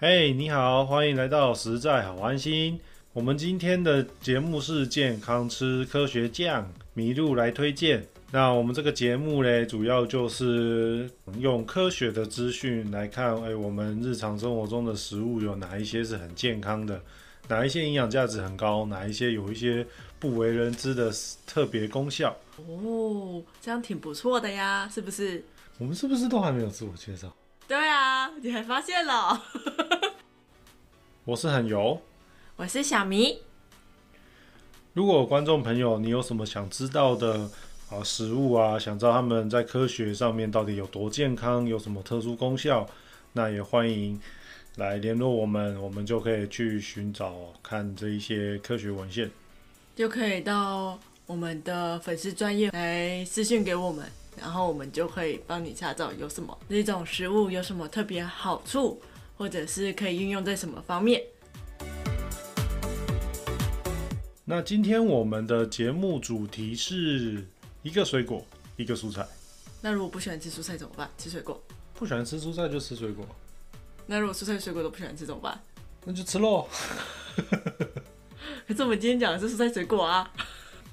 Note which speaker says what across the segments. Speaker 1: 嘿你好，欢迎来到实在好安心。我们今天的节目是健康吃科学酱，麋鹿来推荐。那我们这个节目嘞，主要就是用科学的资讯来看，哎，我们日常生活中的食物有哪一些是很健康的，哪一些营养价值很高，哪一些有一些不为人知的特别功效。
Speaker 2: 哦，这样挺不错的呀，是不是？
Speaker 1: 我们是不是都还没有自我介绍？
Speaker 2: 对啊，你还发现了，
Speaker 1: 我是很油。
Speaker 2: 我是小迷，
Speaker 1: 如果观众朋友你有什么想知道的啊食物啊，想知道他们在科学上面到底有多健康，有什么特殊功效，那也欢迎来联络我们，我们就可以去寻找看这一些科学文献。
Speaker 2: 就可以到我们的粉丝专业来私讯给我们，然后我们就可以帮你查找有什么那种食物有什么特别好处，或者是可以运用在什么方面。
Speaker 1: 那今天我们的节目主题是一个水果，一个蔬菜。
Speaker 2: 那如果不喜欢吃蔬菜怎么办？吃水果。
Speaker 1: 不喜欢吃蔬菜就吃水果，
Speaker 2: 那如果蔬菜水果都不喜欢吃怎么办？
Speaker 1: 那就吃肉。
Speaker 2: 可是我们今天讲的是蔬菜水果啊。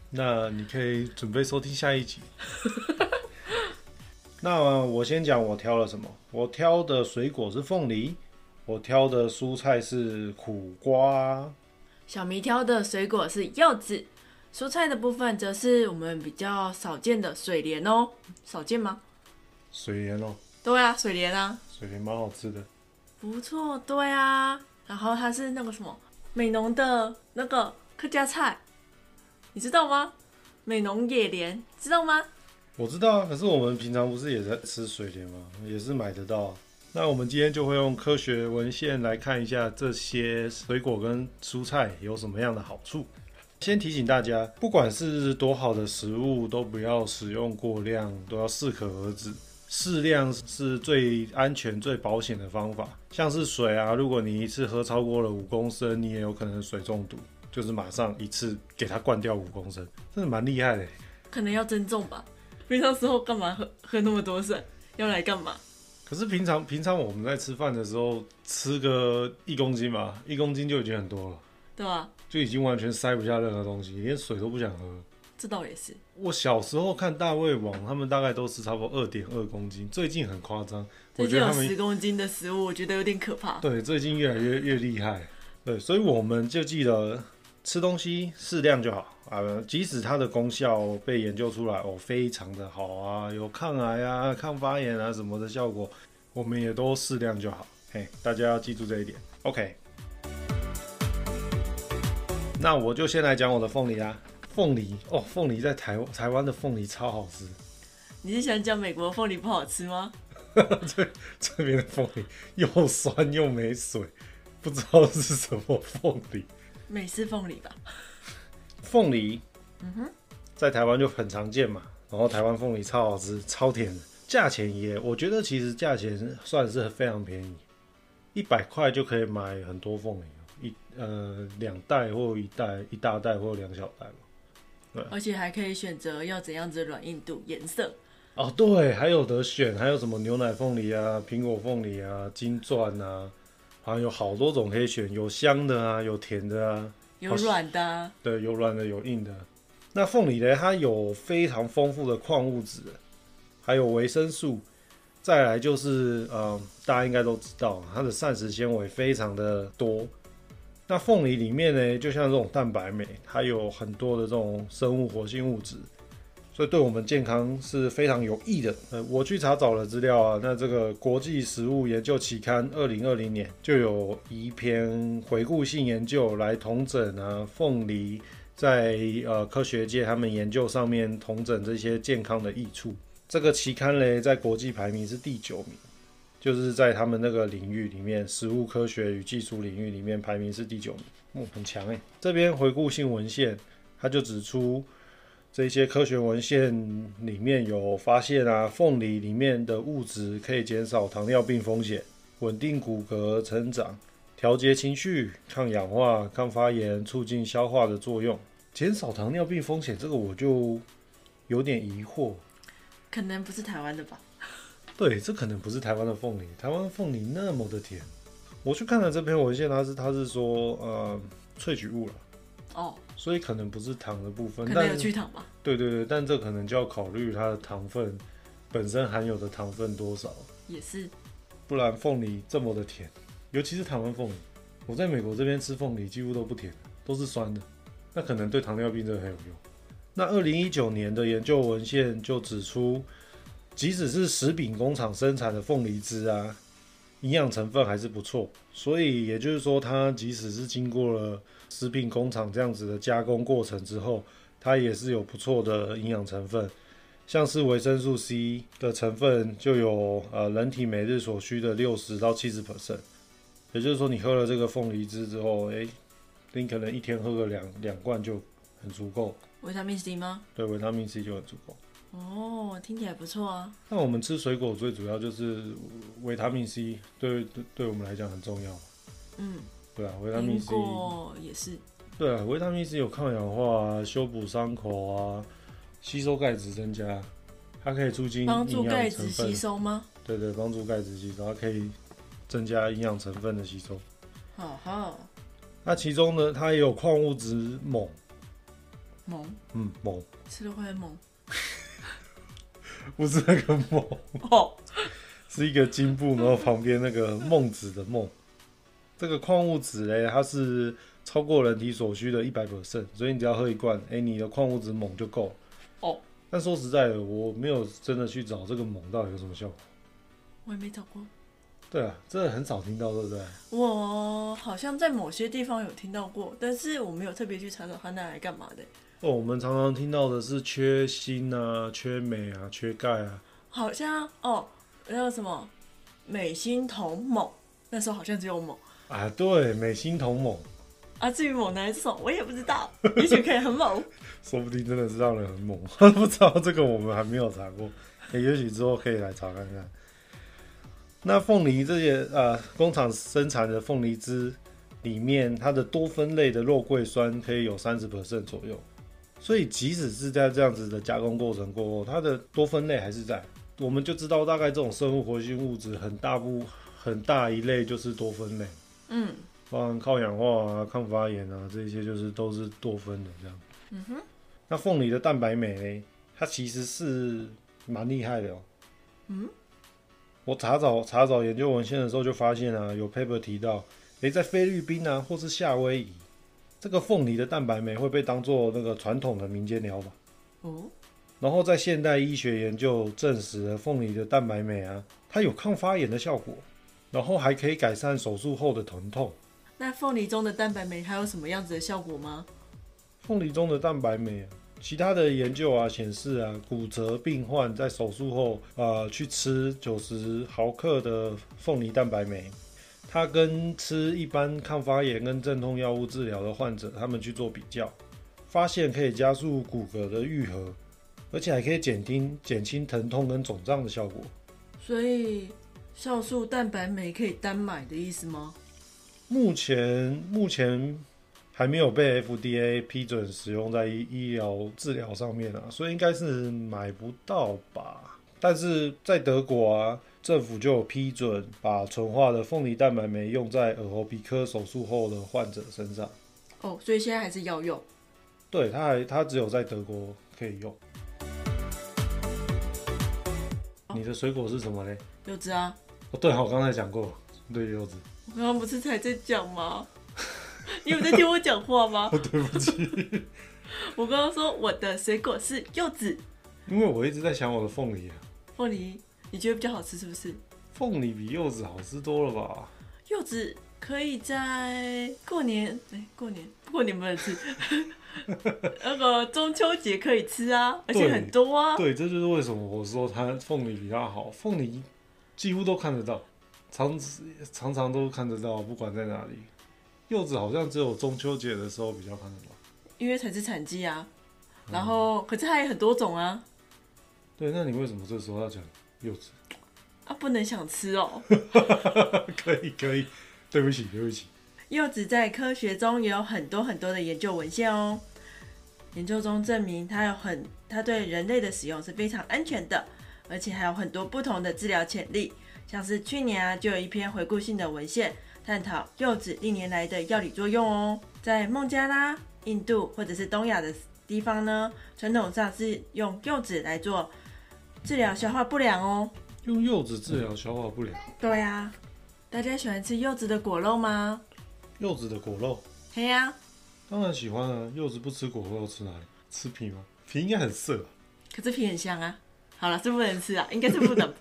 Speaker 1: 那你可以准备收听下一集。那我先讲我挑了什么，我挑的水果是凤梨，我挑的蔬菜是苦瓜。
Speaker 2: 小迷挑的水果是柚子，蔬菜的部分则是我们比较少见的水莲哦，少见吗？
Speaker 1: 水莲哦，
Speaker 2: 对啊，水莲啊，
Speaker 1: 水莲蛮好吃的。
Speaker 2: 不错，对啊。然后它是那个什么美浓的那个客家菜，你知道吗？美浓野莲，知道吗？
Speaker 1: 我知道啊，可是我们平常不是也在吃水莲吗？也是买得到啊、那我们今天就会用科学文献来看一下这些水果跟蔬菜有什么样的好处。先提醒大家，不管是多好的食物，都不要使用过量，都要适可而止。适量是最安全、最保险的方法。像是水啊，如果你一次喝超过了五公升，你也有可能水中毒，就是马上一次给它灌掉五公升，真的蛮厉害的欸。
Speaker 2: 可能要增重吧。平常时候干嘛喝喝那么多水？要来干嘛？
Speaker 1: 可是平常平常我们在吃饭的时候，吃个一公斤吧，一公斤就已经很多了，
Speaker 2: 对吧、啊
Speaker 1: 就已经完全塞不下任何东西，连水都不想喝。
Speaker 2: 这倒也是。
Speaker 1: 我小时候看大胃王，他们大概都是差不多二点二公斤，最近很夸张，我
Speaker 2: 最
Speaker 1: 觉
Speaker 2: 近
Speaker 1: 得
Speaker 2: 有
Speaker 1: 他们
Speaker 2: 十公斤的食物，我觉得有点可 怕。
Speaker 1: 对，最近越来越越厉害。对，所以我们就记得吃东西适量就好啊。即使它的功效被研究出来哦，非常的好啊，有抗癌啊、抗发炎啊什么的效果，我们也都适量就好。嘿，大家要记住这一点。OK，那我就先来讲我的凤梨啦。凤梨哦，凤梨在台湾台湾的凤梨超好吃，
Speaker 2: 你是想讲美国凤梨不好吃吗？
Speaker 1: 这边的凤梨又酸又没水，不知道是什么凤梨。
Speaker 2: 美式凤梨吧。
Speaker 1: 凤梨，嗯哼，在台湾就很常见嘛。然后台湾凤梨超好吃，超甜的，价钱也，我觉得其实价钱算是非常便宜，一百块就可以买很多凤梨，一呃两袋或一袋一大袋或两小袋嘛。
Speaker 2: 而且还可以选择要怎样子的软硬度、颜色。
Speaker 1: 哦，对，还有得选，还有什么牛奶凤梨啊、苹果凤梨啊、金钻啊，好像有好多种可以选，有香的啊，有甜的啊。
Speaker 2: 有软的啊、
Speaker 1: 对，有软的有硬的。那凤梨呢，它有非常丰富的矿物质，还有维生素。再来就是，呃，大家应该都知道，它的膳食纤维非常的多。那凤梨里面呢，就像这种蛋白酶，它有很多的这种生物活性物质，所以对我们健康是非常有益的。呃，我去查找了资料啊，那这个国际食物研究期刊二零二零年就有一篇回顾性研究来统整啊凤梨在呃科学界他们研究上面统整这些健康的益处。这个期刊嘞，在国际排名是第九名，就是在他们那个领域里面，食物科学与技术领域里面排名是第九名，嗯，很强诶。这边回顾性文献，他就指出，这些科学文献里面有发现啊，凤梨里面的物质可以减少糖尿病风险，稳定骨骼成长，调节情绪，抗氧化、抗发炎，促进消化的作用。减少糖尿病风险，这个我就有点疑惑。
Speaker 2: 可能不是台湾的吧？
Speaker 1: 对，这可能不是台湾的凤梨，台湾的凤梨那么的甜，我去看了这篇文献，它是它是说呃萃取物了，
Speaker 2: 哦，
Speaker 1: 所以可能不是糖的部分，
Speaker 2: 可能
Speaker 1: 但
Speaker 2: 有去糖吧。
Speaker 1: 对对对，但这可能就要考虑它的糖分本身含有的糖分多少，
Speaker 2: 也是，
Speaker 1: 不然凤梨这么的甜，尤其是台湾凤梨，我在美国这边吃凤梨几乎都不甜，都是酸的，那可能对糖尿病这个很有用。那二零一九年的研究文献就指出，即使是食品工厂生产的凤梨汁啊，营养成分还是不错，所以也就是说，它即使是经过了食品工厂这样子的加工过程之后，它也是有不错的营养成分。像是维生素 C 的成分就有呃人体每日所需的六十到七十 percent，也就是说你喝了这个凤梨汁之后，诶，你可能一天喝个两两罐就很足够，
Speaker 2: 维他命 C 吗？
Speaker 1: 对维他命 C 就很足够。
Speaker 2: 哦，听起来不错啊。
Speaker 1: 那我们吃水果最主要就是维他命 C，对对对我们来讲很重要嘛，
Speaker 2: 嗯，
Speaker 1: 对啊，维他命
Speaker 2: 苹
Speaker 1: C，
Speaker 2: 果也是。
Speaker 1: 对啊，维他命 C 有抗氧化啊、修补伤口啊、吸收钙质增加，它可以促进
Speaker 2: 帮
Speaker 1: 营
Speaker 2: 助
Speaker 1: 养
Speaker 2: 钙
Speaker 1: 成
Speaker 2: 质
Speaker 1: 分
Speaker 2: 吸收吗？
Speaker 1: 对对，帮助钙质吸收，它可以增加营养成分的吸收。
Speaker 2: 好哦好，
Speaker 1: 那其中呢，它也有矿物质锰，
Speaker 2: 萌
Speaker 1: 嗯，锰
Speaker 2: 吃了会很萌
Speaker 1: 不是那个锰，
Speaker 2: 哦。
Speaker 1: 是一个金部，然后旁边那个孟子的孟。这个矿物质嘞，它是超过人体所需的一百 percent，所以你只要喝一罐，哎，你的矿物质锰就够了。
Speaker 2: 哦。
Speaker 1: 但说实在的，我没有真的去找这个锰到底有什么效果。
Speaker 2: 我也没找过，
Speaker 1: 对啊，这很少听到，对不对？
Speaker 2: 我好像在某些地方有听到过，但是我没有特别去查找它拿来干嘛的。
Speaker 1: 哦，我们常常听到的是缺锌啊、缺镁啊、缺钙啊，
Speaker 2: 好像哦，那个什么美心同某，那时候好像只有某
Speaker 1: 啊，对，美心同盟，
Speaker 2: 啊。至于某哪一种，我也不知道，也许可以很某。
Speaker 1: 说不定真的是让人很猛。 不知道这个我们还没有查过，欸、也许之后可以来查看看。那凤梨这些呃工厂生产的凤梨汁里面，它的多酚类的肉桂酸可以有三十 percent 左右，所以即使是在这样子的加工过程过后，它的多酚类还是在。我们就知道大概这种生物活性物质很大部很大一类就是多酚类。
Speaker 2: 嗯
Speaker 1: 包含抗氧化啊、抗发炎啊，这些就是都是多酚的这样。
Speaker 2: 嗯哼，
Speaker 1: 那凤梨的蛋白酶呢，它其实是蛮厉害的哦。
Speaker 2: 嗯，
Speaker 1: 我查找查找研究文献的时候就发现啊，有 paper 提到，诶，在菲律宾啊或是夏威夷，这个凤梨的蛋白酶会被当做那个传统的民间疗法。
Speaker 2: 哦，
Speaker 1: 然后在现代医学研究证实了凤梨的蛋白酶啊，它有抗发炎的效果，然后还可以改善手术后的疼痛。
Speaker 2: 那凤梨中的蛋白酶还有什么样子的效果吗？
Speaker 1: 凤梨中的蛋白酶啊，其他的研究啊显示啊，骨折病患在手术后，呃，去吃九十毫克的凤梨蛋白酶，它跟吃一般抗发炎跟镇痛药物治疗的患者，他们去做比较，发现可以加速骨骼的愈合，而且还可以减轻减轻疼痛跟肿胀的效果。
Speaker 2: 所以酵素蛋白酶可以单买的意思吗？
Speaker 1: 目前目前还没有被 FDA 批准使用在医医疗治疗上面啊，所以应该是买不到吧。但是在德国啊，政府就有批准把纯化的凤梨蛋白酶用在耳喉鼻科手术后的患者身上。
Speaker 2: 哦，所以现在还是要用。
Speaker 1: 对，它还它只有在德国可以用。你的水果是什么嘞？
Speaker 2: 柚子啊，
Speaker 1: 哦，对，我刚才讲过，对，柚子。
Speaker 2: 我刚刚不是才在讲 吗？你有在听我讲话吗？对不起，我刚刚说我的水果是柚子、
Speaker 1: 因为我一直在想我的凤梨啊，
Speaker 2: 凤梨，你觉得比较好吃是不是？
Speaker 1: 凤梨比柚子好吃多了吧？
Speaker 2: 柚子可以在过年，哎、过年过年不 能吃，那个中秋节可以吃啊，而且
Speaker 1: 对
Speaker 2: 很多啊。
Speaker 1: 对，这就是为什么我说它凤梨比较好，凤梨几乎都看得到，常常常都看得到，不管在哪里。柚子好像只有中秋节的时候比较看得到。
Speaker 2: 因为才是产季啊。然后，可是它也很多种啊，
Speaker 1: 对，那你为什么这时候要讲柚子？
Speaker 2: 啊，不能想吃哦。
Speaker 1: 可以可以，对不起对不起。
Speaker 2: 柚子在科学中也有很多很多的研究文献哦。研究中证明，它有很，它对人类的使用是非常安全的，而且还有很多不同的治疗潜力。像是去年啊，就有一篇回顾性的文献探讨柚子历年来的药理作用哦。在孟加拉、印度或者是东亚的地方呢，传统上是用柚子来做治疗消化不良哦。
Speaker 1: 用柚子治疗消化不良，
Speaker 2: 对啊，大家喜欢吃柚子的果肉吗？
Speaker 1: 柚子的果肉
Speaker 2: 嘿呀、
Speaker 1: 当然喜欢啊，柚子不吃果肉吃哪里？吃皮吗？皮应该很涩吧？
Speaker 2: 可是皮很香啊。好了，是不能吃啊，应该是不能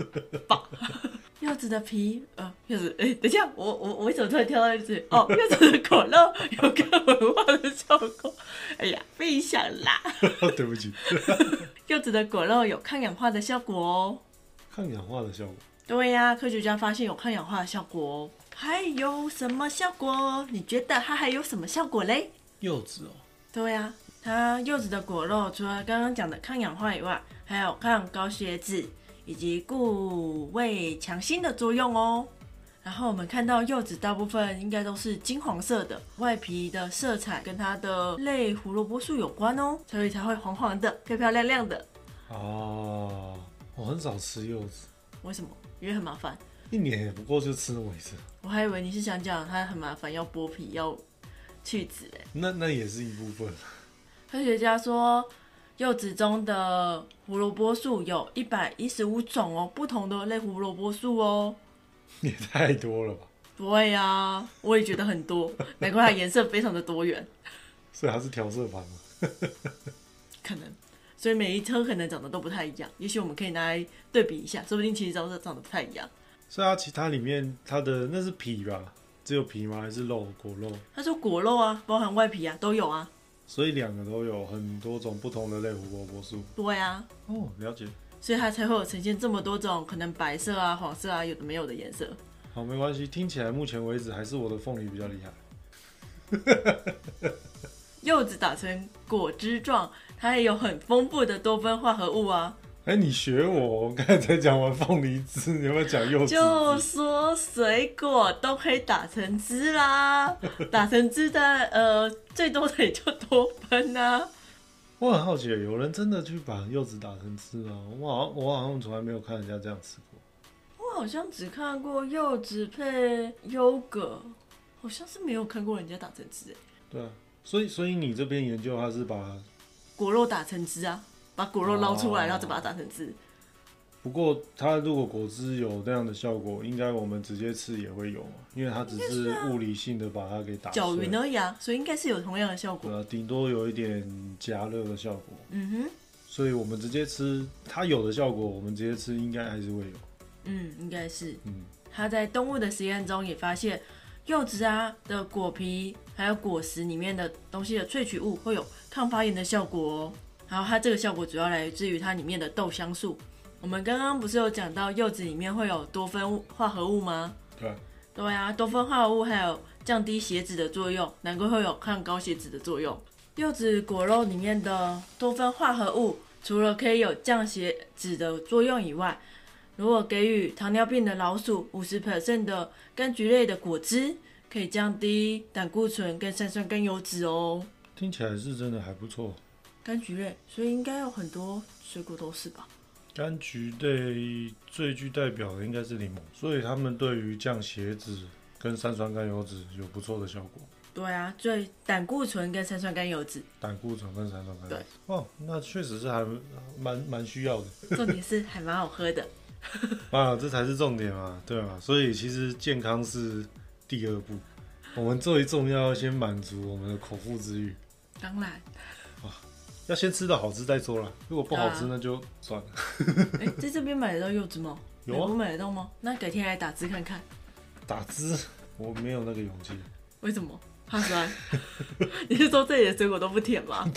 Speaker 2: 吧。 柚子的皮，呃，柚子，哎、等一下，我我我为什么突然跳到柚子？哦，柚子的果肉有更文化的效果。哎呀，被想啦。
Speaker 1: 对不起，
Speaker 2: 柚子的果肉有抗氧化的效果哦。
Speaker 1: 抗氧化的效果。
Speaker 2: 对呀、科学家发现有抗氧化的效果哦。还有什么效果？你觉得它还有什么效果嘞？
Speaker 1: 柚子哦，
Speaker 2: 对呀、它柚子的果肉除了刚刚讲的抗氧化以外，还有抗高血脂以及固胃强心的作用哦。然后我们看到柚子大部分应该都是金黄色的，外皮的色彩跟它的类胡萝卜素有关哦，所以才会黄黄的、漂漂亮亮的。
Speaker 1: 啊，我很少吃柚子，
Speaker 2: 为什么？因为很麻烦。
Speaker 1: 一年也不过就吃那么一次，
Speaker 2: 我还以为你是想讲它很麻烦，要剥皮，要欸去籽嘞。
Speaker 1: 那那也是一部分。
Speaker 2: 科学家说，柚子中的胡萝卜素有一百一十五种哦，不同的类胡萝卜素哦。
Speaker 1: 也太多了吧？
Speaker 2: 对呀、我也觉得很多，难怪它颜色非常的多元，
Speaker 1: 所以它是调色盘吗？
Speaker 2: 可能，所以每一颗可能长得都不太一样。也许我们可以拿来对比一下，说不定其实长得长得不太一样。
Speaker 1: 所以它其他里面它的那是皮吧？只有皮吗？还是肉果肉？
Speaker 2: 他说果肉啊，包含外皮啊，都有啊。
Speaker 1: 所以两个都有很多种不同的类胡萝卜素。
Speaker 2: 对啊，
Speaker 1: 哦，了解。
Speaker 2: 所以它才会有呈现这么多种可能白色啊、黄色啊，有的没有的颜色。
Speaker 1: 好，没关系。听起来目前为止还是我的凤梨比较厉害。
Speaker 2: 柚子打成果汁状，它也有很丰富的多酚化合物啊。
Speaker 1: 哎、你学我，我刚才才讲完凤梨汁，你有没有讲柚子？
Speaker 2: 就说水果都可以打成汁 啦，打成汁的呃最多的也就多酚啊。
Speaker 1: 我很好奇，有人真的去把柚子打成汁吗？我好像我好像从来没有看人家这样吃过。
Speaker 2: 我好像只看过柚子配优格，好像是没有看过人家打成汁、欸。
Speaker 1: 对啊，所以所以你这边研究它是把，
Speaker 2: 果肉打成汁啊，把果肉捞出来，
Speaker 1: 哦
Speaker 2: 然后再把它打成汁。
Speaker 1: 不过它如果果汁有那样的效果，应该我们直接吃也会有嘛，因为它只是物理性的把它给打碎
Speaker 2: 搅匀而已啊，所以应该是有同样的效
Speaker 1: 对
Speaker 2: 果。
Speaker 1: 啊，顶多有一点加热的效果，
Speaker 2: 嗯哼，
Speaker 1: 所以我们直接吃它有的效果，我们直接吃应该还是会有。
Speaker 2: 嗯，应该是。
Speaker 1: 嗯，
Speaker 2: 他在动物的实验中也发现，柚子啊的果皮还有果实里面的东西的萃取物会有抗发炎的效果哦。然后它这个效果主要来自于它里面的豆香素。我们刚刚不是有讲到柚子里面会有多酚物化合物吗？
Speaker 1: 对啊，
Speaker 2: 对啊，多酚化合物还有降低血脂的作用，难怪会有抗高血脂的作用。柚子果肉里面的多酚化合物，除了可以有降血脂的作用以外，如果给予糖尿病的老鼠五十 percent 的柑橘类的果汁，可以降低胆固醇跟三酸甘油脂哦。
Speaker 1: 听起来是真的还不错。
Speaker 2: 柑橘类，所以应该有很多水果都是吧？
Speaker 1: 柑橘类最具代表的应该是柠檬，所以他们对于降血脂跟三酸甘油脂有不错的效果，
Speaker 2: 对啊，最胆固醇跟三酸甘油脂，
Speaker 1: 胆固醇跟三酸甘油脂。哦，那确实是还蛮蛮需要的
Speaker 2: 重点是还蛮好喝的。
Speaker 1: 啊，这才是重点嘛，对吧？所以其实健康是第二步，我们最重要要先满足我们的口腹之欲，
Speaker 2: 当然，
Speaker 1: 要先吃到好吃再说啦。如果不好吃
Speaker 2: 对啊
Speaker 1: 那就算了。
Speaker 2: 哎，在这边买得到柚子吗？
Speaker 1: 有啊
Speaker 2: 美国买得到吗？那改天来打汁看看，
Speaker 1: 打汁我没有那个勇气，
Speaker 2: 为什么？怕酸？ 你是说这里的水果都不 甜吗？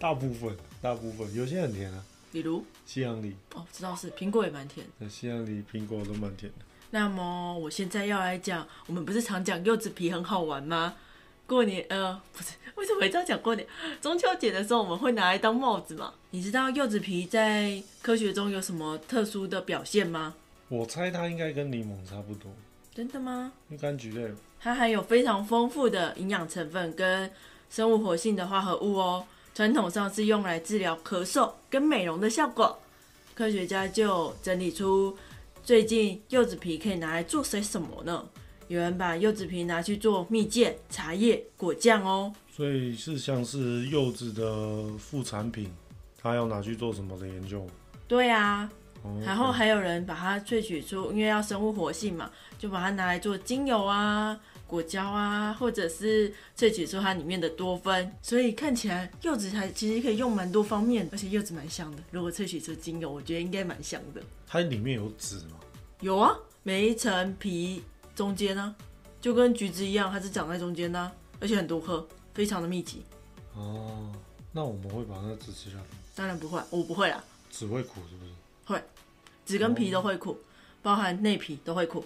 Speaker 1: 大部分大部分有些很甜啊，
Speaker 2: 比如，
Speaker 1: 西洋梨。
Speaker 2: 哦，知道是苹果也蛮甜。
Speaker 1: 那西洋梨、苹果都蛮甜的。
Speaker 2: 那么我现在要来讲，我们不是常讲柚子皮很好玩吗？过年呃不是，为什么一定要讲过年？中秋节的时候我们会拿来当帽子嘛？你知道柚子皮在科学中有什么特殊的表现吗？
Speaker 1: 我猜它应该跟柠檬差不多，
Speaker 2: 真的吗？
Speaker 1: 因为柑橘类
Speaker 2: 它含有非常丰富的营养成分跟生物活性的化合物哦。传统上是用来治疗咳嗽跟美容的效果。科学家就整理出最近柚子皮可以拿来做些什么呢？有人把柚子皮拿去做蜜饯、茶叶、果酱哦。
Speaker 1: 所以是像是柚子的副产品，它要拿去做什么的研究？
Speaker 2: 对啊，
Speaker 1: 哦
Speaker 2: 然后还有人把它萃取出，因为要生物活性嘛，就把它拿来做精油啊、果胶啊，或者是萃取出它里面的多酚。所以看起来柚子它其实可以用蛮多方面，而且柚子蛮香的。如果萃取出精油，我觉得应该蛮香的。
Speaker 1: 它里面有籽嘛？
Speaker 2: 有啊，每一层皮中间呢、就跟橘子一样，它是长在中间的啊、而且很多颗，非常的密集。
Speaker 1: 哦，那我们会把那籽吃下去，
Speaker 2: 当然不会，啊我不会啦，
Speaker 1: 籽会苦是不是？
Speaker 2: 籽跟皮都会苦，包含内皮都会苦。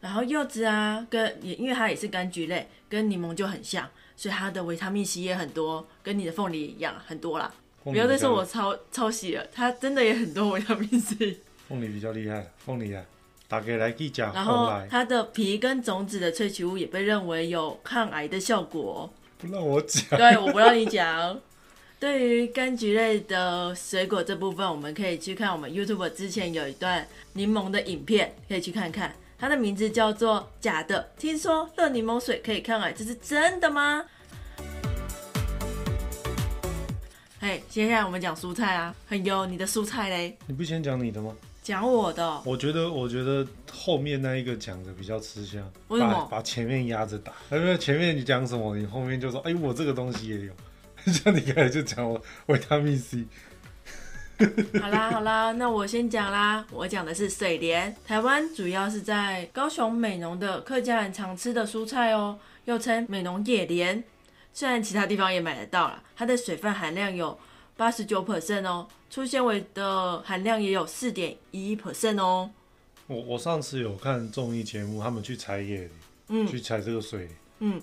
Speaker 2: 然后柚子啊，跟也因为它也是柑橘类，跟柠檬就很像，所以它的维他命 C 也很多，跟你的凤梨也一样很多啦。不要再说我抄抄袭了，它真的也很多维他命 C。
Speaker 1: 凤梨比较厉害，凤梨啊，大家来去讲
Speaker 2: 然
Speaker 1: 凤
Speaker 2: 后
Speaker 1: 梨，
Speaker 2: 它的皮跟种子的萃取物也被认为有抗癌的效果哦、
Speaker 1: 不让我 讲。
Speaker 2: 对，我不让你讲。对于柑橘类的水果这部分，我们可以去看我们 YouTube 之前有一段柠檬的影片，可以去看看。它的名字叫做《假的》，听说热柠檬水可以抗癌，这是真的吗？嘿，接下来我们讲蔬菜啊，很优，你的蔬菜嘞？
Speaker 1: 你不先讲你的吗？
Speaker 2: 讲我的哦、
Speaker 1: 我觉得，我觉得后面那一个讲的比较吃香，
Speaker 2: 为什么
Speaker 1: 把把前面压着打？哎没有前面你讲什么，你后面就说，哎，我这个东西也有。 像你刚才就讲我维他命 C，
Speaker 2: 好啦好啦，那我先讲啦。我讲的是水莲，台湾主要是在高雄美浓的客家人常吃的蔬菜哦，又称美浓野莲。虽然其他地方也买得到啦，它的水分含量有八十九 percent 哦，粗纤维的含量也有四点一 percent 哦。
Speaker 1: 我我上次有看综艺节目，他们去采野，
Speaker 2: 嗯
Speaker 1: 去采这个水，
Speaker 2: 嗯，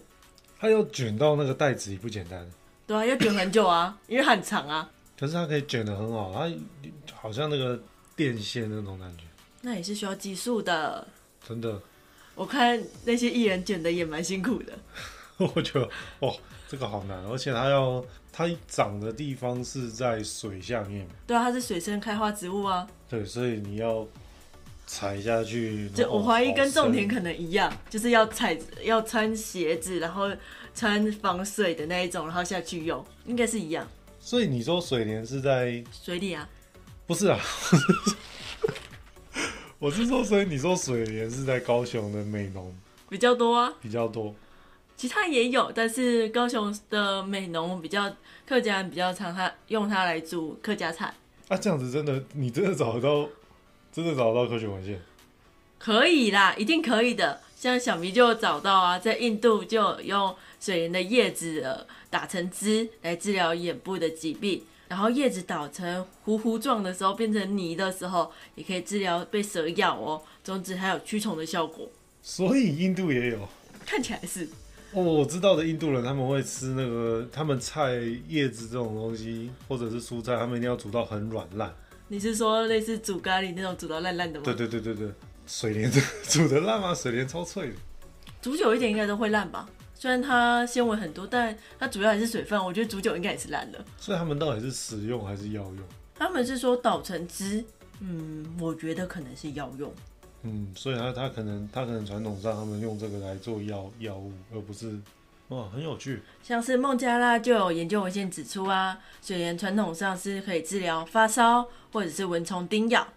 Speaker 1: 它要卷到那个袋子里不简单，
Speaker 2: 对啊，要卷很久啊，因为很长啊。
Speaker 1: 可是它可以卷得很好，它好像那个电线那种感觉，
Speaker 2: 那也是需要技术的。
Speaker 1: 真的，
Speaker 2: 我看那些艺人卷的也蛮辛苦的。
Speaker 1: 我觉得哦，这个好难，而且它要它长的地方是在水下面嘛，
Speaker 2: 对啊，它是水生开花植物啊，
Speaker 1: 对，所以你要踩下去。
Speaker 2: 就
Speaker 1: 然后
Speaker 2: 我怀疑
Speaker 1: 好
Speaker 2: 跟种
Speaker 1: 深
Speaker 2: 田可能一样，就是要踩要穿鞋子，然后穿防水的那一种，然后下去用，应该是一样。
Speaker 1: 所以你说水莲是在
Speaker 2: 水里啊，
Speaker 1: 不是啊？ 我是说，所以你说水莲是在高雄的美浓
Speaker 2: 比较多啊，
Speaker 1: 比较多，
Speaker 2: 其他也有，但是高雄的美浓比较客家人比较常它用它来煮客家菜，
Speaker 1: 啊，这样子真的，你真的找得到，真的找得到科学文献。
Speaker 2: 可以啦，一定可以的。像小迷就有找到啊，在印度就有用水莲的叶子呃打成汁来治疗眼部的疾病，然后叶子捣成糊糊状的时候变成泥的时候，也可以治疗被蛇咬哦。种子还有驱虫的效果，
Speaker 1: 所以印度也有
Speaker 2: 看起来是
Speaker 1: 哦，我知道的印度人他们会吃那个，他们菜叶子这种东西，或者是蔬菜，他们一定要煮到很软烂。
Speaker 2: 你是说类似煮咖喱那种煮到烂烂的吗？
Speaker 1: 对对对对对，水莲 煮的烂吗？水莲超脆的。
Speaker 2: 煮久一点应该都会烂吧。虽然它纤维很多，但它主要还是水分，我觉得煮久应该也是烂的。
Speaker 1: 所以他们到底是食用还是药用？
Speaker 2: 他们是说捣成汁，嗯，我觉得可能是药用。
Speaker 1: 嗯，所以他他可能他可能传统上他们用这个来做药药物，而不是哇，很有趣。
Speaker 2: 像是孟加拉就有研究文献指出啊，水莲传统上是可以治疗发烧或者是蚊虫叮咬。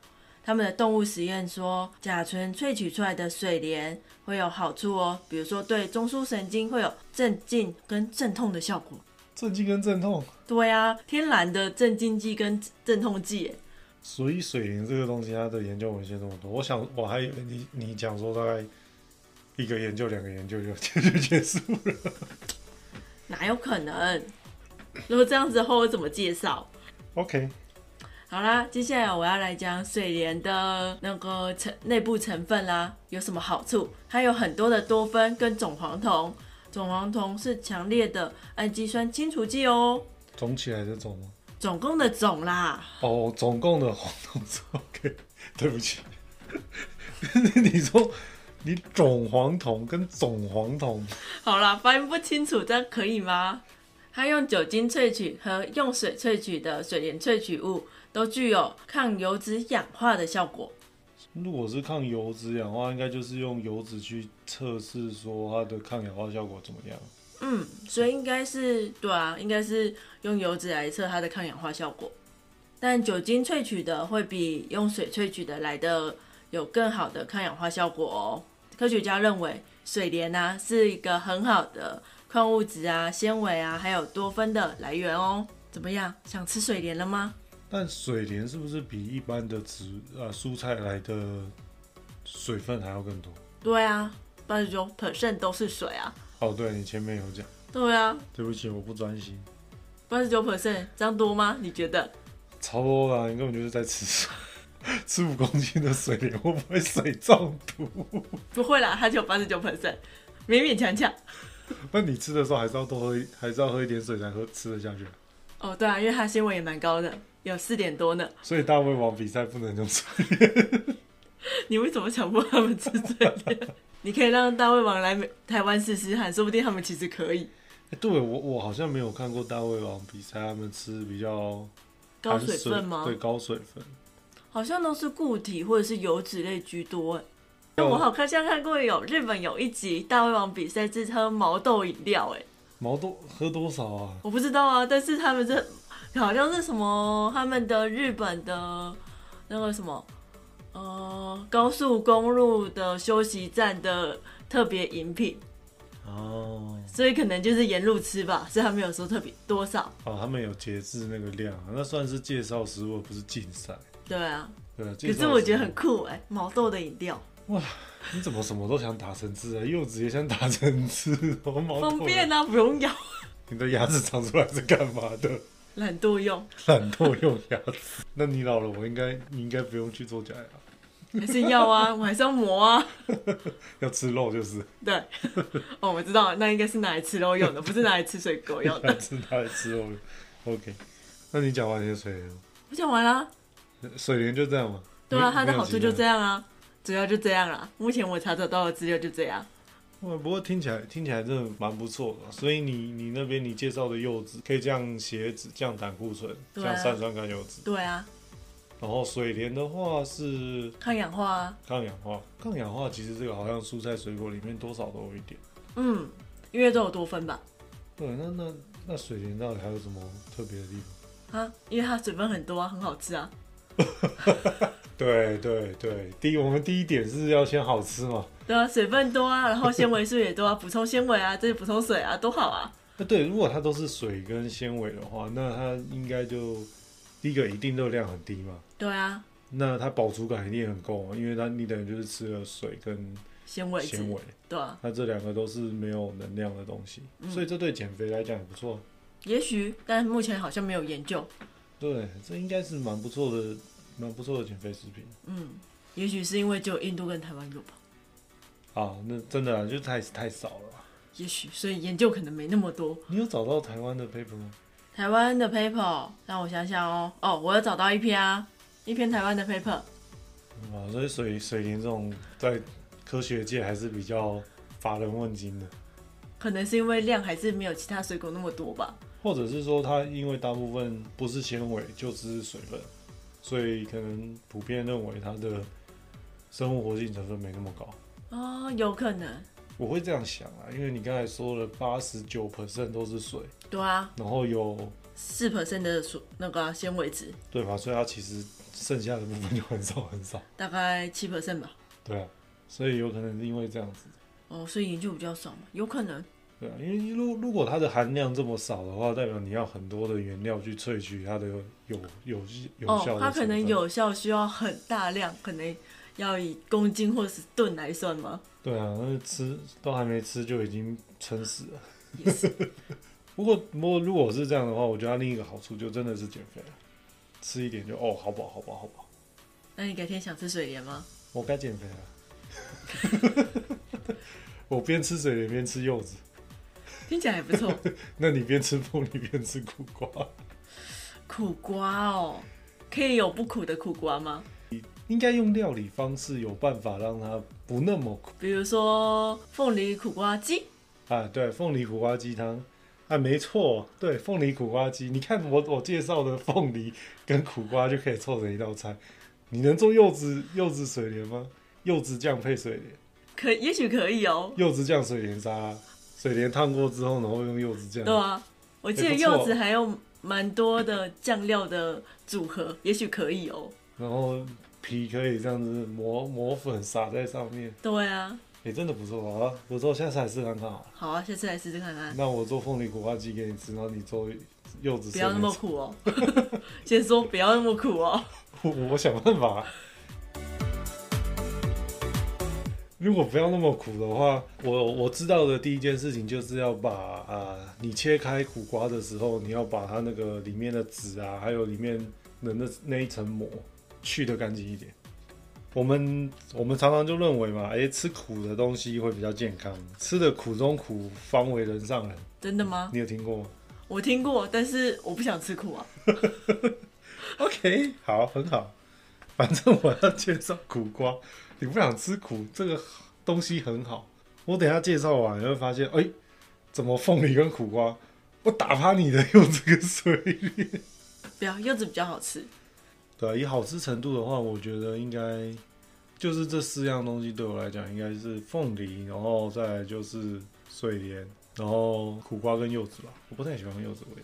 Speaker 2: 他们的动物实验说，甲醇萃取出来的水莲会有好处哦，比如说对中枢神经会有镇静跟镇痛的效果。
Speaker 1: 镇静跟镇痛，
Speaker 2: 对啊，天然的镇静剂跟镇痛剂耶，
Speaker 1: 所以水银这个东西，它的研究文献这么多，我想我还以为你你讲说大概一个研究、两个研究就 就结束了。
Speaker 2: 哪有可能？如果这样子的话，我怎么介绍？
Speaker 1: OK，
Speaker 2: 好啦，接下来我要来讲水莲的那个成内部成分啦，有什么好处？它有很多的多酚跟种黄酮，种黄酮是强烈的氨基酸清除剂哦。
Speaker 1: 总起来这种吗？
Speaker 2: 总共的总啦，
Speaker 1: 哦，总共的黄酮素 OK，对不起， 你说你种黄酮跟总黄酮，
Speaker 2: 好啦，发音不清楚，这样可以吗？它用酒精萃取和用水萃取的水莲萃取物都具有抗油脂氧化的效果。
Speaker 1: 如果是抗油脂氧化，应该就是用油脂去测试说它的抗氧化效果怎么样。
Speaker 2: 嗯，所以应该是对啊，应该是用油脂来测它的抗氧化效果。但酒精萃取的会比用水萃取的来的有更好的抗氧化效果哦。科学家认为，水莲啊是一个很好的矿物质啊、纤维啊，还有多酚的来源哦。怎么样？想吃水莲了吗？
Speaker 1: 但水莲是不是比一般的植呃蔬菜来的水分还要更多？
Speaker 2: 对啊，八十九 percent 都是水啊。
Speaker 1: 哦，对你前面有讲，
Speaker 2: 对啊，
Speaker 1: 对不起，我不专心，
Speaker 2: 八十九 percent 这样多吗？你觉得？
Speaker 1: 超多啦，你根本就是在吃水，吃五公斤的水莲会不会水中 毒？
Speaker 2: 不会啦，它只有八十九 percent，勉勉强强。
Speaker 1: 那你吃的时候还是要多喝一，还是要喝一点水才喝吃得下去啊。
Speaker 2: 哦，对啊，因为它纤维也蛮高的，有四点多呢。
Speaker 1: 所以大胃王比赛不能用水莲，
Speaker 2: 你为什么强迫他们吃这个？ 你可以让大胃王来美台湾试试看，说不定他们其实可以
Speaker 1: 欸对我我好像没有看过大胃王比赛，他们吃比较
Speaker 2: 高
Speaker 1: 含
Speaker 2: 水分吗
Speaker 1: 对，？高水分。
Speaker 2: 好像都是固体或者是油脂类居多哎。那我好看像看过有日本有一集大胃王比赛是喝毛豆饮料哎，
Speaker 1: 毛豆喝多少啊？
Speaker 2: 我不知道啊，但是他们这好像是什么他们的日本的那个什么呃高速公路的休息站的特别饮品，
Speaker 1: 哦，
Speaker 2: 所以可能就是沿路吃吧，所以他没有说特别多少。
Speaker 1: 哦，他们有节制那个量，啊那算是介绍食物，而不是竞赛。
Speaker 2: 对啊，
Speaker 1: 对啊，介
Speaker 2: 可
Speaker 1: 绍食
Speaker 2: 是
Speaker 1: 物
Speaker 2: 我觉得很酷哎、毛豆的饮料
Speaker 1: 你怎么什么都想打成汁啊？柚子也想打成汁，我毛豆
Speaker 2: 方便啊，不用咬，
Speaker 1: 你的牙齿长出来是干嘛的？
Speaker 2: 懒惰用，
Speaker 1: 懒惰用牙齿。那你老了，我应该你应该不用去做假牙，
Speaker 2: 还是要啊，我还是要磨啊。
Speaker 1: 要吃肉就是，
Speaker 2: 对， 哦，我知道，那应该是拿来吃肉用的，不是拿来吃水果 用
Speaker 1: 要
Speaker 2: 的。
Speaker 1: 吃它来吃肉。OK，那你讲完你的水莲了吗。
Speaker 2: 我讲完啦，
Speaker 1: 水莲就这样嘛。
Speaker 2: 啊对啊，
Speaker 1: 没
Speaker 2: 它的好处就
Speaker 1: 没有
Speaker 2: 这。
Speaker 1: 其
Speaker 2: 样啊，主要就这样啦。目前我查找到的资料就这样。啊
Speaker 1: 哇，不过听起来听起来真的蛮不错的。所以你你那边你介绍的柚子可以降血脂、降胆固醇、
Speaker 2: 对啊
Speaker 1: 降三酸甘油脂。
Speaker 2: 对啊，
Speaker 1: 然后水莲的话是
Speaker 2: 抗氧化啊，
Speaker 1: 抗氧化，抗氧化其实这个好像蔬菜水果里面多少都有一点。
Speaker 2: 嗯，因为都有多酚吧。
Speaker 1: 对，那那那水莲到底还有什么特别的地方？
Speaker 2: 啊，因为它水分很多啊，很好吃啊。
Speaker 1: 对对对，第一我们第一点是要先好吃嘛。
Speaker 2: 对啊，水分多啊，然后纤维素也多啊，补充纤维啊，这 补充水啊，都好啊。
Speaker 1: 那呃对，如果它都是水跟纤维的话，那它应该就第一个一定热量很低嘛。
Speaker 2: 对啊，
Speaker 1: 那它饱足感一定很够嘛，因为它你等于就是吃了水跟
Speaker 2: 纤维质
Speaker 1: 纤维，
Speaker 2: 对啊，
Speaker 1: 那这两个都是没有能量的东西，
Speaker 2: 嗯
Speaker 1: 所以这对减肥来讲也不错。
Speaker 2: 也许，但目前好像没有研究。
Speaker 1: 对，这应该是蛮不错的，蛮不错的减肥食品
Speaker 2: 嗯，也许是因为只有印度跟台湾有吧，
Speaker 1: 啊。那真的啊，就太太少了啊。
Speaker 2: 也许，所以研究可能没那么多。
Speaker 1: 你有找到台湾的 paper 吗？
Speaker 2: 台湾的 paper，让我想想哦，哦，我有找到一篇啊，一篇台湾的 paper，
Speaker 1: 啊，所以水水莲这种在科学界还是比较乏人问津的，
Speaker 2: 可能是因为量还是没有其他水果那么多吧。
Speaker 1: 或者是说它因为大部分不是纤维就是水分，所以可能普遍认为它的生物活性成分没那么高。
Speaker 2: 哦，有可能，
Speaker 1: 我会这样想啊，因为你刚才说了八十九 percent 都是水，
Speaker 2: 对啊，
Speaker 1: 然后有
Speaker 2: 四 percent 的水那个啊纤维质，
Speaker 1: 对吧？所以它其实剩下的部分就很少很少，
Speaker 2: 大概七 percent 吧。
Speaker 1: 对啊，所以有可能是因为这样子，
Speaker 2: 哦，所以研究比较少嘛，有可能。
Speaker 1: 对啊，因为如如果它的含量这么少的话，代表你要很多的原料去萃取它的有有有有效的成分，
Speaker 2: 哦，它可能有效需要很大量，可能要以公斤或是吨来算吗？
Speaker 1: 对啊，那吃都还没吃就已经撑死了。
Speaker 2: 也是，
Speaker 1: 不过不过如果是这样的话，我觉得它另一个好处就真的是减肥了，吃一点就哦好饱好饱好饱，
Speaker 2: 那你改天想吃水莲吗？
Speaker 1: 我该减肥了。我边吃水莲边吃柚子，
Speaker 2: 听起来还 不错。
Speaker 1: 那你边吃凤梨边吃苦瓜，
Speaker 2: 苦瓜哦，可以有不苦的苦瓜吗？
Speaker 1: 应该用料理方式有办法让它不那么苦。
Speaker 2: 比如说凤梨苦瓜鸡，
Speaker 1: 啊，对，凤梨苦瓜鸡汤，啊，没错，对，凤梨苦瓜鸡，你看我我介绍的凤梨跟苦瓜就可以凑成一道菜，你能做柚子柚子水莲吗？柚子酱配水莲，
Speaker 2: 可也许可以哦。
Speaker 1: 柚子酱水莲沙拉，水莲烫过之后，然后用柚子酱。
Speaker 2: 对啊，我记得
Speaker 1: 嗯也不错
Speaker 2: 柚子还有蛮多的酱料的组合，也许可以哦。
Speaker 1: 然后皮可以这样子磨磨粉撒在上面，
Speaker 2: 对啊，
Speaker 1: 也、真的不错好啊！我之后下次来试看看好了。
Speaker 2: 好啊，下次来试试看看，
Speaker 1: 那我做凤梨苦瓜鸡给你吃，然后你做柚子
Speaker 2: 不
Speaker 1: 水
Speaker 2: 要那
Speaker 1: 莲
Speaker 2: 么苦哦。 先说不要那么苦哦。
Speaker 1: 我 我想办法。如果不要那么苦的话，我我知道的第一件事情就是要把啊、你切开苦瓜的时候，你要把它那个里面的籽啊，还有里面的那那一层膜去的干净一点。我们我们常常就认为嘛，诶，哎吃苦的东西会比较健康，吃的苦中苦，方为人上人。
Speaker 2: 真的吗？
Speaker 1: 你有听过吗
Speaker 2: 我听过，但是我不想吃苦啊。
Speaker 1: ？OK，好，很好。反正我要介绍苦瓜，你不想吃苦，这个东西很好。我等一下介绍完，你会发现，哎、怎么凤梨跟苦瓜，我打趴你的柚子跟水莲。
Speaker 2: 不要，柚子比较好吃。
Speaker 1: 对啊、以好吃程度的话，我觉得应该就是这四样东西对我来讲，应该是凤梨，然后再来就是水莲，然后苦瓜跟柚子吧。我不太喜欢柚子味。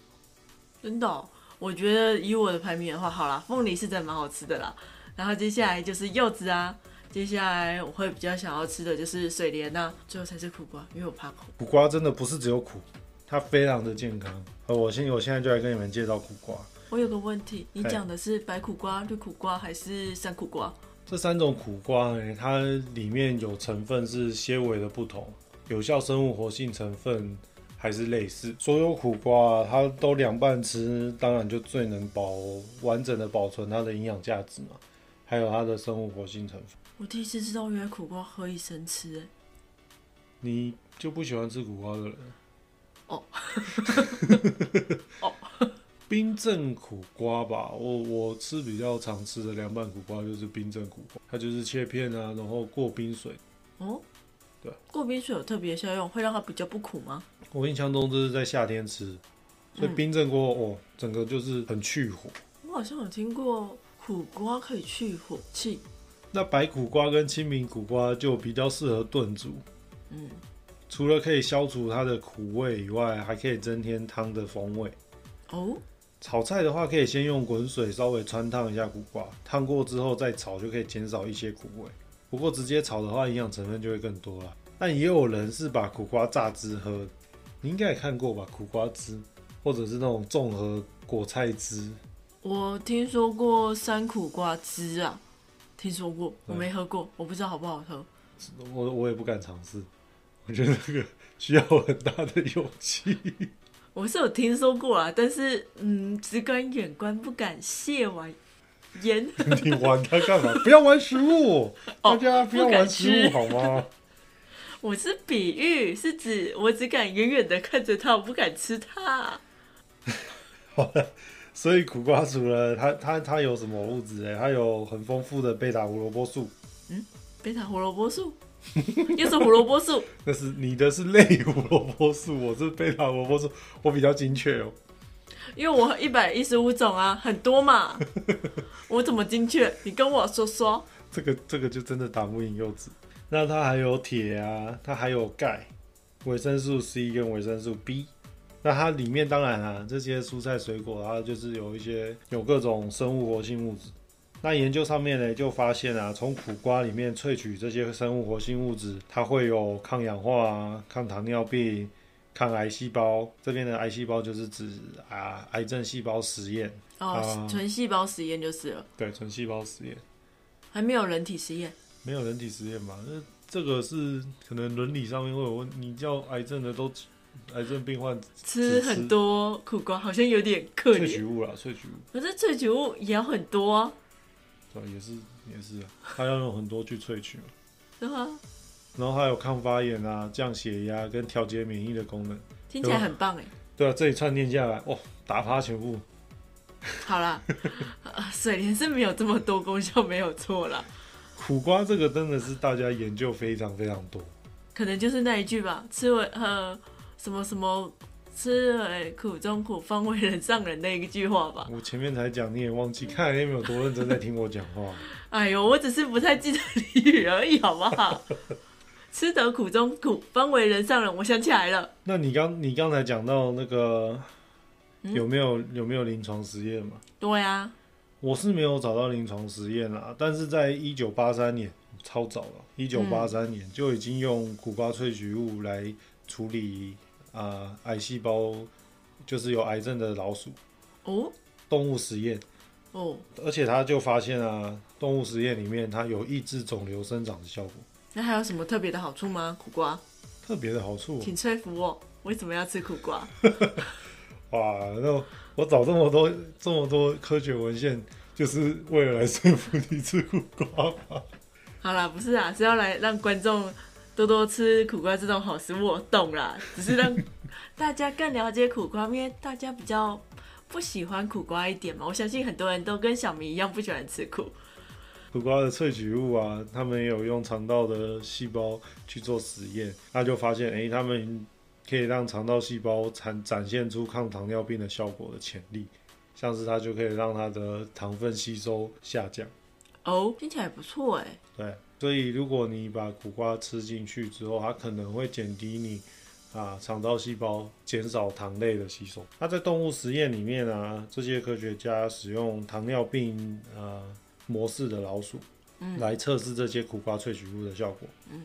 Speaker 2: 真的哦、我觉得以我的排名的话，好啦，凤梨是真的蛮好吃的啦。然后接下来就是柚子啊，接下来我会比较想要吃的就是水莲呐、最后才是苦瓜，因为我怕苦。
Speaker 1: 苦瓜真的不是只有苦，它非常的健康。呃，我现我现在就来跟你们介绍苦瓜。
Speaker 2: 我有个问题，你
Speaker 1: 嘿
Speaker 2: 讲的是白苦瓜、绿苦瓜还是山苦瓜？
Speaker 1: 这三种苦瓜呢，它里面有成分是些微的不同，有效生物活性成分还是类似。所有苦瓜啊它都凉拌吃，当然就最能保完整的保存它的营养价值嘛，还有它的生物活性成分。
Speaker 2: 我第一次知道原来苦瓜可以生吃、欸，
Speaker 1: 你就不喜欢吃苦瓜的人？
Speaker 2: 哦，
Speaker 1: 哦，冰镇苦瓜吧，我我吃比较常吃的凉拌苦瓜就是冰镇苦瓜，它就是切片啊，然后过冰水。
Speaker 2: 哦，
Speaker 1: 对，
Speaker 2: 过冰水有特别效用，会让它比较不苦吗？
Speaker 1: 我印象中这是在夏天吃，所以
Speaker 2: 嗯
Speaker 1: 冰镇过后，哦，整个就是很去火。
Speaker 2: 我好像有听过苦瓜可以去火气，
Speaker 1: 那白苦瓜跟青明苦瓜就比较适合炖煮，
Speaker 2: 嗯，
Speaker 1: 除了可以消除它的苦味以外，还可以增添汤的风味。
Speaker 2: 哦，
Speaker 1: 炒菜的话，可以先用滚水稍微穿烫一下苦瓜，烫过之后再炒，就可以减少一些苦味。不过直接炒的话，营养成分就会更多啦。但也有人是把苦瓜榨汁喝，你应该也看过吧？苦瓜汁，或者是那种综合果菜汁，
Speaker 2: 我听说过山苦瓜汁啊，听说过，我没喝过，我不知道好不好喝。
Speaker 1: 我我也不敢尝试。我觉得这个需要很大的勇气。
Speaker 2: 我是有听说过啊，但是嗯，只敢远观不敢亵玩焉。
Speaker 1: 你玩它干嘛？不要玩食物，大
Speaker 2: 哦
Speaker 1: 家不要
Speaker 2: 不敢
Speaker 1: 玩食
Speaker 2: 吃
Speaker 1: 物好吗？
Speaker 2: 我是比喻，是指我只敢远远的看着它，我不敢吃它。
Speaker 1: 所以苦瓜除了它它它有什么物质？哎，它有很丰富的贝塔胡萝卜素，
Speaker 2: 贝塔胡萝卜素， 又是胡萝卜素，
Speaker 1: 那是你的是类胡萝卜素，我是贝塔胡萝卜素，我比较精确哦。
Speaker 2: 因为我一百一十五种啊，很多嘛。我怎么精确？你跟我说说。
Speaker 1: 这个这个就真的打不赢柚子。那它还有铁啊，它还有钙、维生素 C 跟维生素 B。那它里面当然啊，这些蔬菜水果它就是有一些有各种生物活性物质。那研究上面呢，就发现啊，从苦瓜里面萃取这些生物活性物质，它会有抗氧化啊、抗糖尿病、抗癌细胞。这边的癌细胞就是指啊癌症细胞实验，
Speaker 2: 哦
Speaker 1: 啊，
Speaker 2: 纯细胞实验就是了，
Speaker 1: 对，纯细胞实验。
Speaker 2: 还没有人体实验。
Speaker 1: 没有人体实验吧？那这个是可能伦理上面会有问，你叫癌症的都癌症病患
Speaker 2: 吃很多苦瓜好像有点可
Speaker 1: 萃取
Speaker 2: 怜，
Speaker 1: 物啦，萃取物
Speaker 2: 可是萃取物也要很多、啊，
Speaker 1: 对吧也是也是啊，他要用很多去萃取嘛。
Speaker 2: 对吧？
Speaker 1: 然后还有抗发炎啊、降血压跟调节免疫的功能。
Speaker 2: 听起来很棒哎。
Speaker 1: 对啊，这一串念下来，哦，打趴全部。
Speaker 2: 好啦， 呃水莲是没有这么多功效，没有错啦。
Speaker 1: 苦瓜这个真的是大家研究非常非常多，
Speaker 2: 可能就是那一句吧，吃完呃什么什么吃为苦中苦，方为人上人的一句话吧。
Speaker 1: 我前面才讲，你也忘记，看来你没有多认真在听我讲话。
Speaker 2: 哎呦，我只是不太记得俚语而已，好不好？ 吃得苦中苦，方为人上人。我想起来了，
Speaker 1: 那你刚你刚才讲到那个有没有有没有临床实验嘛？
Speaker 2: 对啊，
Speaker 1: 我是没有找到临床实验啦，但是在一九八三年，超早了，一九八三年就已经用古巴萃取物来处理啊、呃癌细胞，就是有癌症的老鼠
Speaker 2: 哦
Speaker 1: 动物实验，
Speaker 2: 哦，
Speaker 1: 而且他就发现啊，动物实验里面它有抑制肿瘤生长的效果，
Speaker 2: 那还有什么特别的好处吗？苦瓜，
Speaker 1: 特别的好处哦
Speaker 2: 请说服我，为什么要吃苦瓜？
Speaker 1: 啊哇！那我找这么多这么多科学文献，就是为了来说服你吃苦瓜吧？
Speaker 2: 好啦，不是啊，是要来让观众多多吃苦瓜这种好食物，我懂啦，只是 让大家更了解苦瓜，因为大家比较不喜欢苦瓜一点嘛。我相信很多人都跟小明一样不喜欢吃苦。
Speaker 1: 苦瓜的萃取物啊，他们也有用肠道的细胞去做实验，那就发现，诶，他们可以让肠道细胞展展现出抗糖尿病的效果的潜力，像是它就可以让它的糖分吸收下降。
Speaker 2: 哦，听起来不错哎。
Speaker 1: 对，所以如果你把苦瓜吃进去之后，它可能会减低你啊肠道细胞减少糖类的吸收。那在动物实验里面啊，这些科学家使用糖尿病呃模式的老鼠，
Speaker 2: 嗯
Speaker 1: 来测试这些苦瓜萃取物的效果。
Speaker 2: 嗯，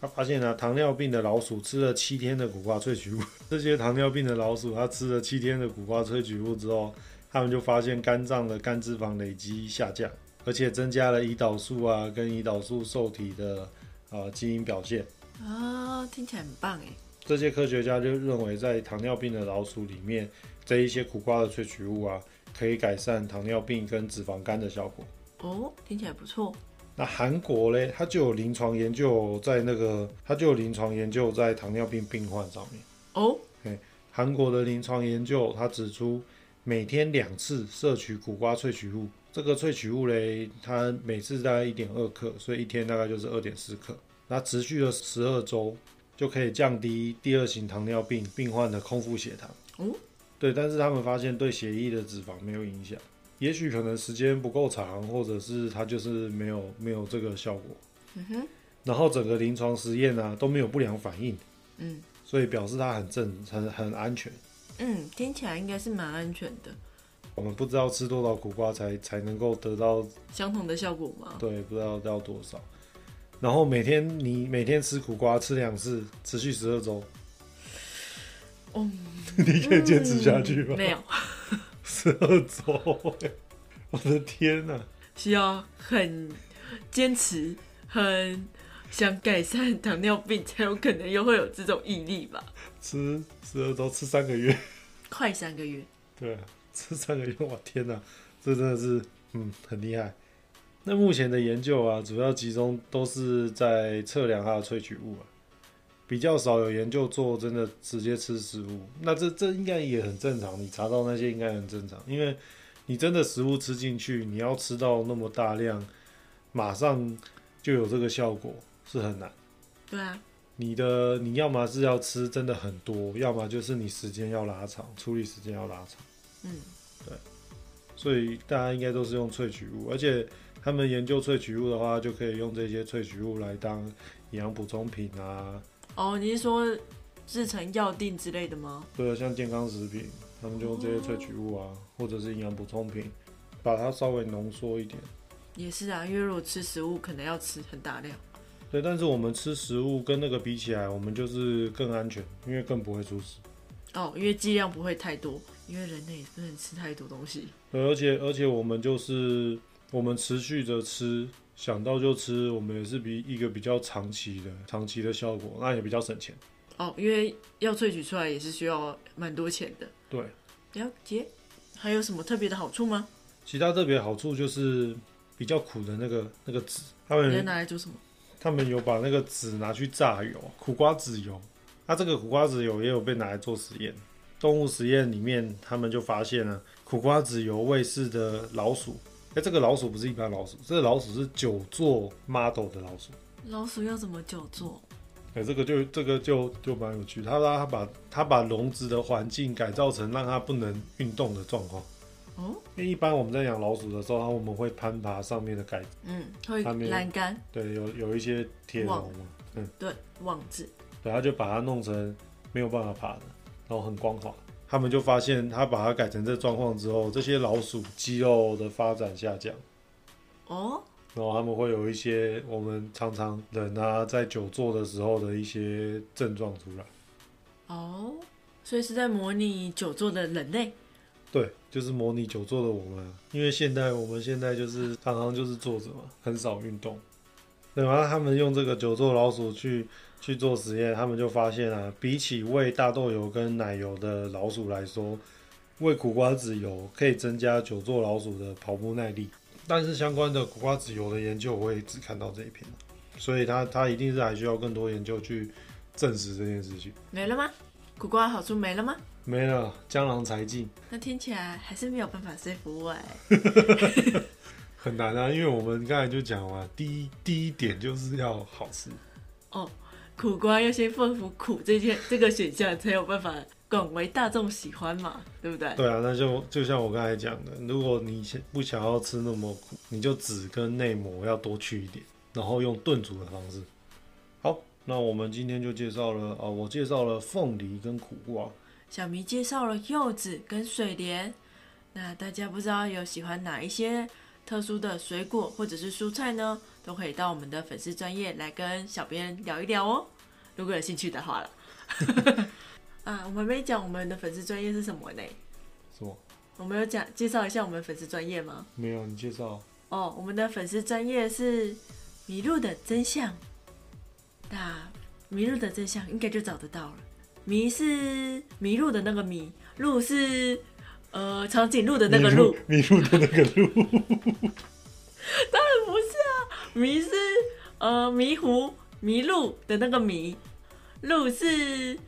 Speaker 1: 他发现呢、糖尿病的老鼠吃了七天的苦瓜萃取物， 这些糖尿病的老鼠，它吃了七天的苦瓜萃取物之后，他们就发现肝脏的肝脂肪累积下降，而且增加了胰岛素啊跟胰岛素受体的呃基因表现。
Speaker 2: 啊、听起来很棒哎。
Speaker 1: 这些科学家就认为，在糖尿病的老鼠里面，这一些苦瓜的萃取物啊，可以改善糖尿病跟脂肪肝的效果。
Speaker 2: 哦，听起来不错。
Speaker 1: 那韩国嘞，它就有临床研究在那个，它就有临床研究在糖尿病病患上面。
Speaker 2: 哦，
Speaker 1: 韩国的临床研究，它指出每天两次摄取苦瓜萃取物，这个萃取物嘞，它每次大概一点二克，所以一天大概就是二点四克。那持续了十二周，就可以降低第二型糖尿病病患的空腹血糖。
Speaker 2: 哦，
Speaker 1: 对，但是他们发现对血液的脂肪没有影响，也许可能时间不够长，或者是它就是没有没有这个效果。
Speaker 2: 嗯哼，
Speaker 1: 然后整个临床实验呢、啊、都没有不良反应，
Speaker 2: 嗯
Speaker 1: 所以表示它很正很很安全。
Speaker 2: 嗯，听起来应该是蛮安全的，
Speaker 1: 我们不知道吃多少苦瓜才才能够得到
Speaker 2: 相同的效果吗？
Speaker 1: 对，不知道要多少。然后每天你每天吃苦瓜吃两次，持续十二周，
Speaker 2: 哦，
Speaker 1: 你可以坚持下去吗？
Speaker 2: 没有，
Speaker 1: 十二周，欸 我的天呐、
Speaker 2: 需要很坚持，很想改善糖尿病，才有可能又会有这种毅力吧。
Speaker 1: 吃十二周吃三个月，
Speaker 2: 快三个月，
Speaker 1: 对啊， 吃三个月，我天呐、这真的是嗯很厉害。那目前的研究啊，主要集中都是在测量它的萃取物啊，比较少有研究做真的直接吃食物。那这这应该也很正常，你查到那些应该很正常，因为你真的食物吃进去，你要吃到那么大量，马上就有这个效果是很难。
Speaker 2: 对啊，
Speaker 1: 你的你要么是要吃真的很多，要么就是你时间要拉长，处理时间要拉长。
Speaker 2: 嗯，
Speaker 1: 所以大家应该都是用萃取物，而且他们研究萃取物的话，就可以用这些萃取物来当营养补充品啊，
Speaker 2: 哦，你是说制成药定之类的吗？
Speaker 1: 对啊，像健康食品，他们就用这些萃取物啊，或者是营养补充品，把它稍微浓缩一点。
Speaker 2: 也是啊，因为如果吃食物，可能要吃很大量。
Speaker 1: 对，但是我们吃食物跟那个比起来，我们就是更安全，因为更不会出事。
Speaker 2: 哦，因为剂量不会太多，因为人类也不能吃太多东西。
Speaker 1: 对，而且而且我们就是我们持续着吃，想到就吃，我们也是比一个比较长期的长期的效果，那也比较省钱。
Speaker 2: 哦，因为要萃取出来也是需要蛮多钱的。
Speaker 1: 对。
Speaker 2: 了解，还有什么特别的好处吗？
Speaker 1: 其他特别好处就是比较苦的那个那个籽，他
Speaker 2: 你要
Speaker 1: 们
Speaker 2: 拿来做什么？
Speaker 1: 他们有把那个籽拿去榨油，苦瓜籽油。那、这个苦瓜籽油也有被拿来做实验，动物实验里面他们就发现了苦瓜籽油喂饲的老鼠，哎、这个老鼠不是一般老鼠，这个老鼠是九座 model 的老鼠，
Speaker 2: 老鼠要怎么久坐？
Speaker 1: 哎、这个就这个就就蛮有趣，他他把他把笼子的环境改造成让它不能运动的状况。
Speaker 2: 哦，
Speaker 1: 因为一般我们在养老鼠的时候，它我们会攀爬上面的杆，
Speaker 2: 嗯，会
Speaker 1: 它没有
Speaker 2: 栏杆
Speaker 1: 对，有有一些铁笼嘛，嗯，
Speaker 2: 对网子，
Speaker 1: 对，他就把它弄成没有办法爬的，然后很光滑。他们就发现，他把它改成这状况之后，这些老鼠肌肉的发展下降，
Speaker 2: 哦，
Speaker 1: 然后他们会有一些我们常常人啊在久坐的时候的一些症状出来。
Speaker 2: 哦，所以是在模拟久坐的人类。
Speaker 1: 对，就是模拟久坐的我们啊，因为现代我们现在就是常常就是坐着嘛，很少运动。对然后他们用这个久坐老鼠去去做实验，他们就发现啊，比起喂大豆油跟奶油的老鼠来说，喂苦瓜子油可以增加久坐老鼠的跑步耐力。但是相关的苦瓜子油的研究，我也只看到这一篇，所以它它一定是还需要更多研究去证实这件事情。
Speaker 2: 没了吗？苦瓜好处没了吗？
Speaker 1: 没了，江郎才尽。
Speaker 2: 那听起来还是没有办法说服我哎、
Speaker 1: 很难啊，因为我们刚才就讲了，第一第一点就是要好吃，
Speaker 2: 哦，苦瓜要先克服苦这件这个选项，才有办法广为大众喜欢嘛，对不对？
Speaker 1: 对啊，那就就像我刚才讲的，如果你想不想要吃那么苦，你就只跟内膜要多去一点，然后用炖煮的方式。好，那我们今天就介绍了啊、我介绍了凤梨跟苦瓜，
Speaker 2: 小迷介绍了柚子跟水莲，那大家不知道有喜欢哪一些特殊的水果或者是蔬菜呢？都可以到我们的粉丝专业来跟小编聊一聊哦，如果有兴趣的话了。啊，我们没讲我们的粉丝专业是什么呢？
Speaker 1: 是吗？
Speaker 2: 我们有讲介绍一下我们粉丝专业吗？
Speaker 1: 没有，你介绍
Speaker 2: 哦，我们的粉丝专业是迷路的真相。那迷路的真相应该就找得到了。迷是迷路的那个迷，路是呃长颈鹿的那个鹿，
Speaker 1: 迷路的那个 路，
Speaker 2: 当然不是啊。迷是呃迷糊迷路的那个迷，鹿是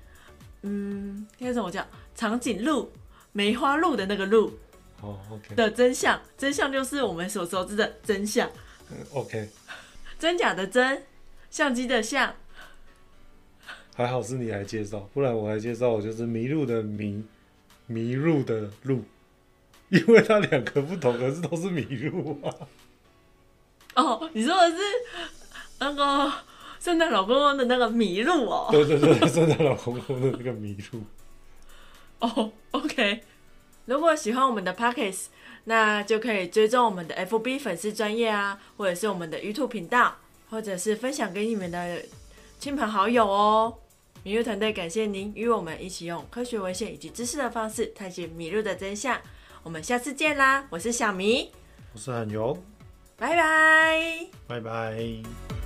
Speaker 2: 嗯应该怎么讲？长颈鹿梅花鹿的那个鹿
Speaker 1: 好，OK
Speaker 2: 的真相，真相就是我们所熟知的真相。
Speaker 1: 嗯 OK，
Speaker 2: 真假的真，相机的相，
Speaker 1: 还好是你来介绍，不然我来介绍我就是迷路的迷，迷路的路， 因为它两个不同，可是都是迷路啊。
Speaker 2: 哦，你说的是那个圣诞老公公的那个麋鹿哦。
Speaker 1: 对对对，圣诞老公公的那个麋鹿，
Speaker 2: 哦，OK。如果喜欢我们的 Pockets，那就可以追踪我们的 FB 粉丝专业啊，或者是我们的 YouTube 频道，或者是分享给你们的亲朋好友哦。迷路团队感谢您与我们一起用科学文献以及知识的方式探寻迷路的真相。我们下次见啦！我是小迷，
Speaker 1: 我是很油，
Speaker 2: 拜拜。
Speaker 1: 拜拜。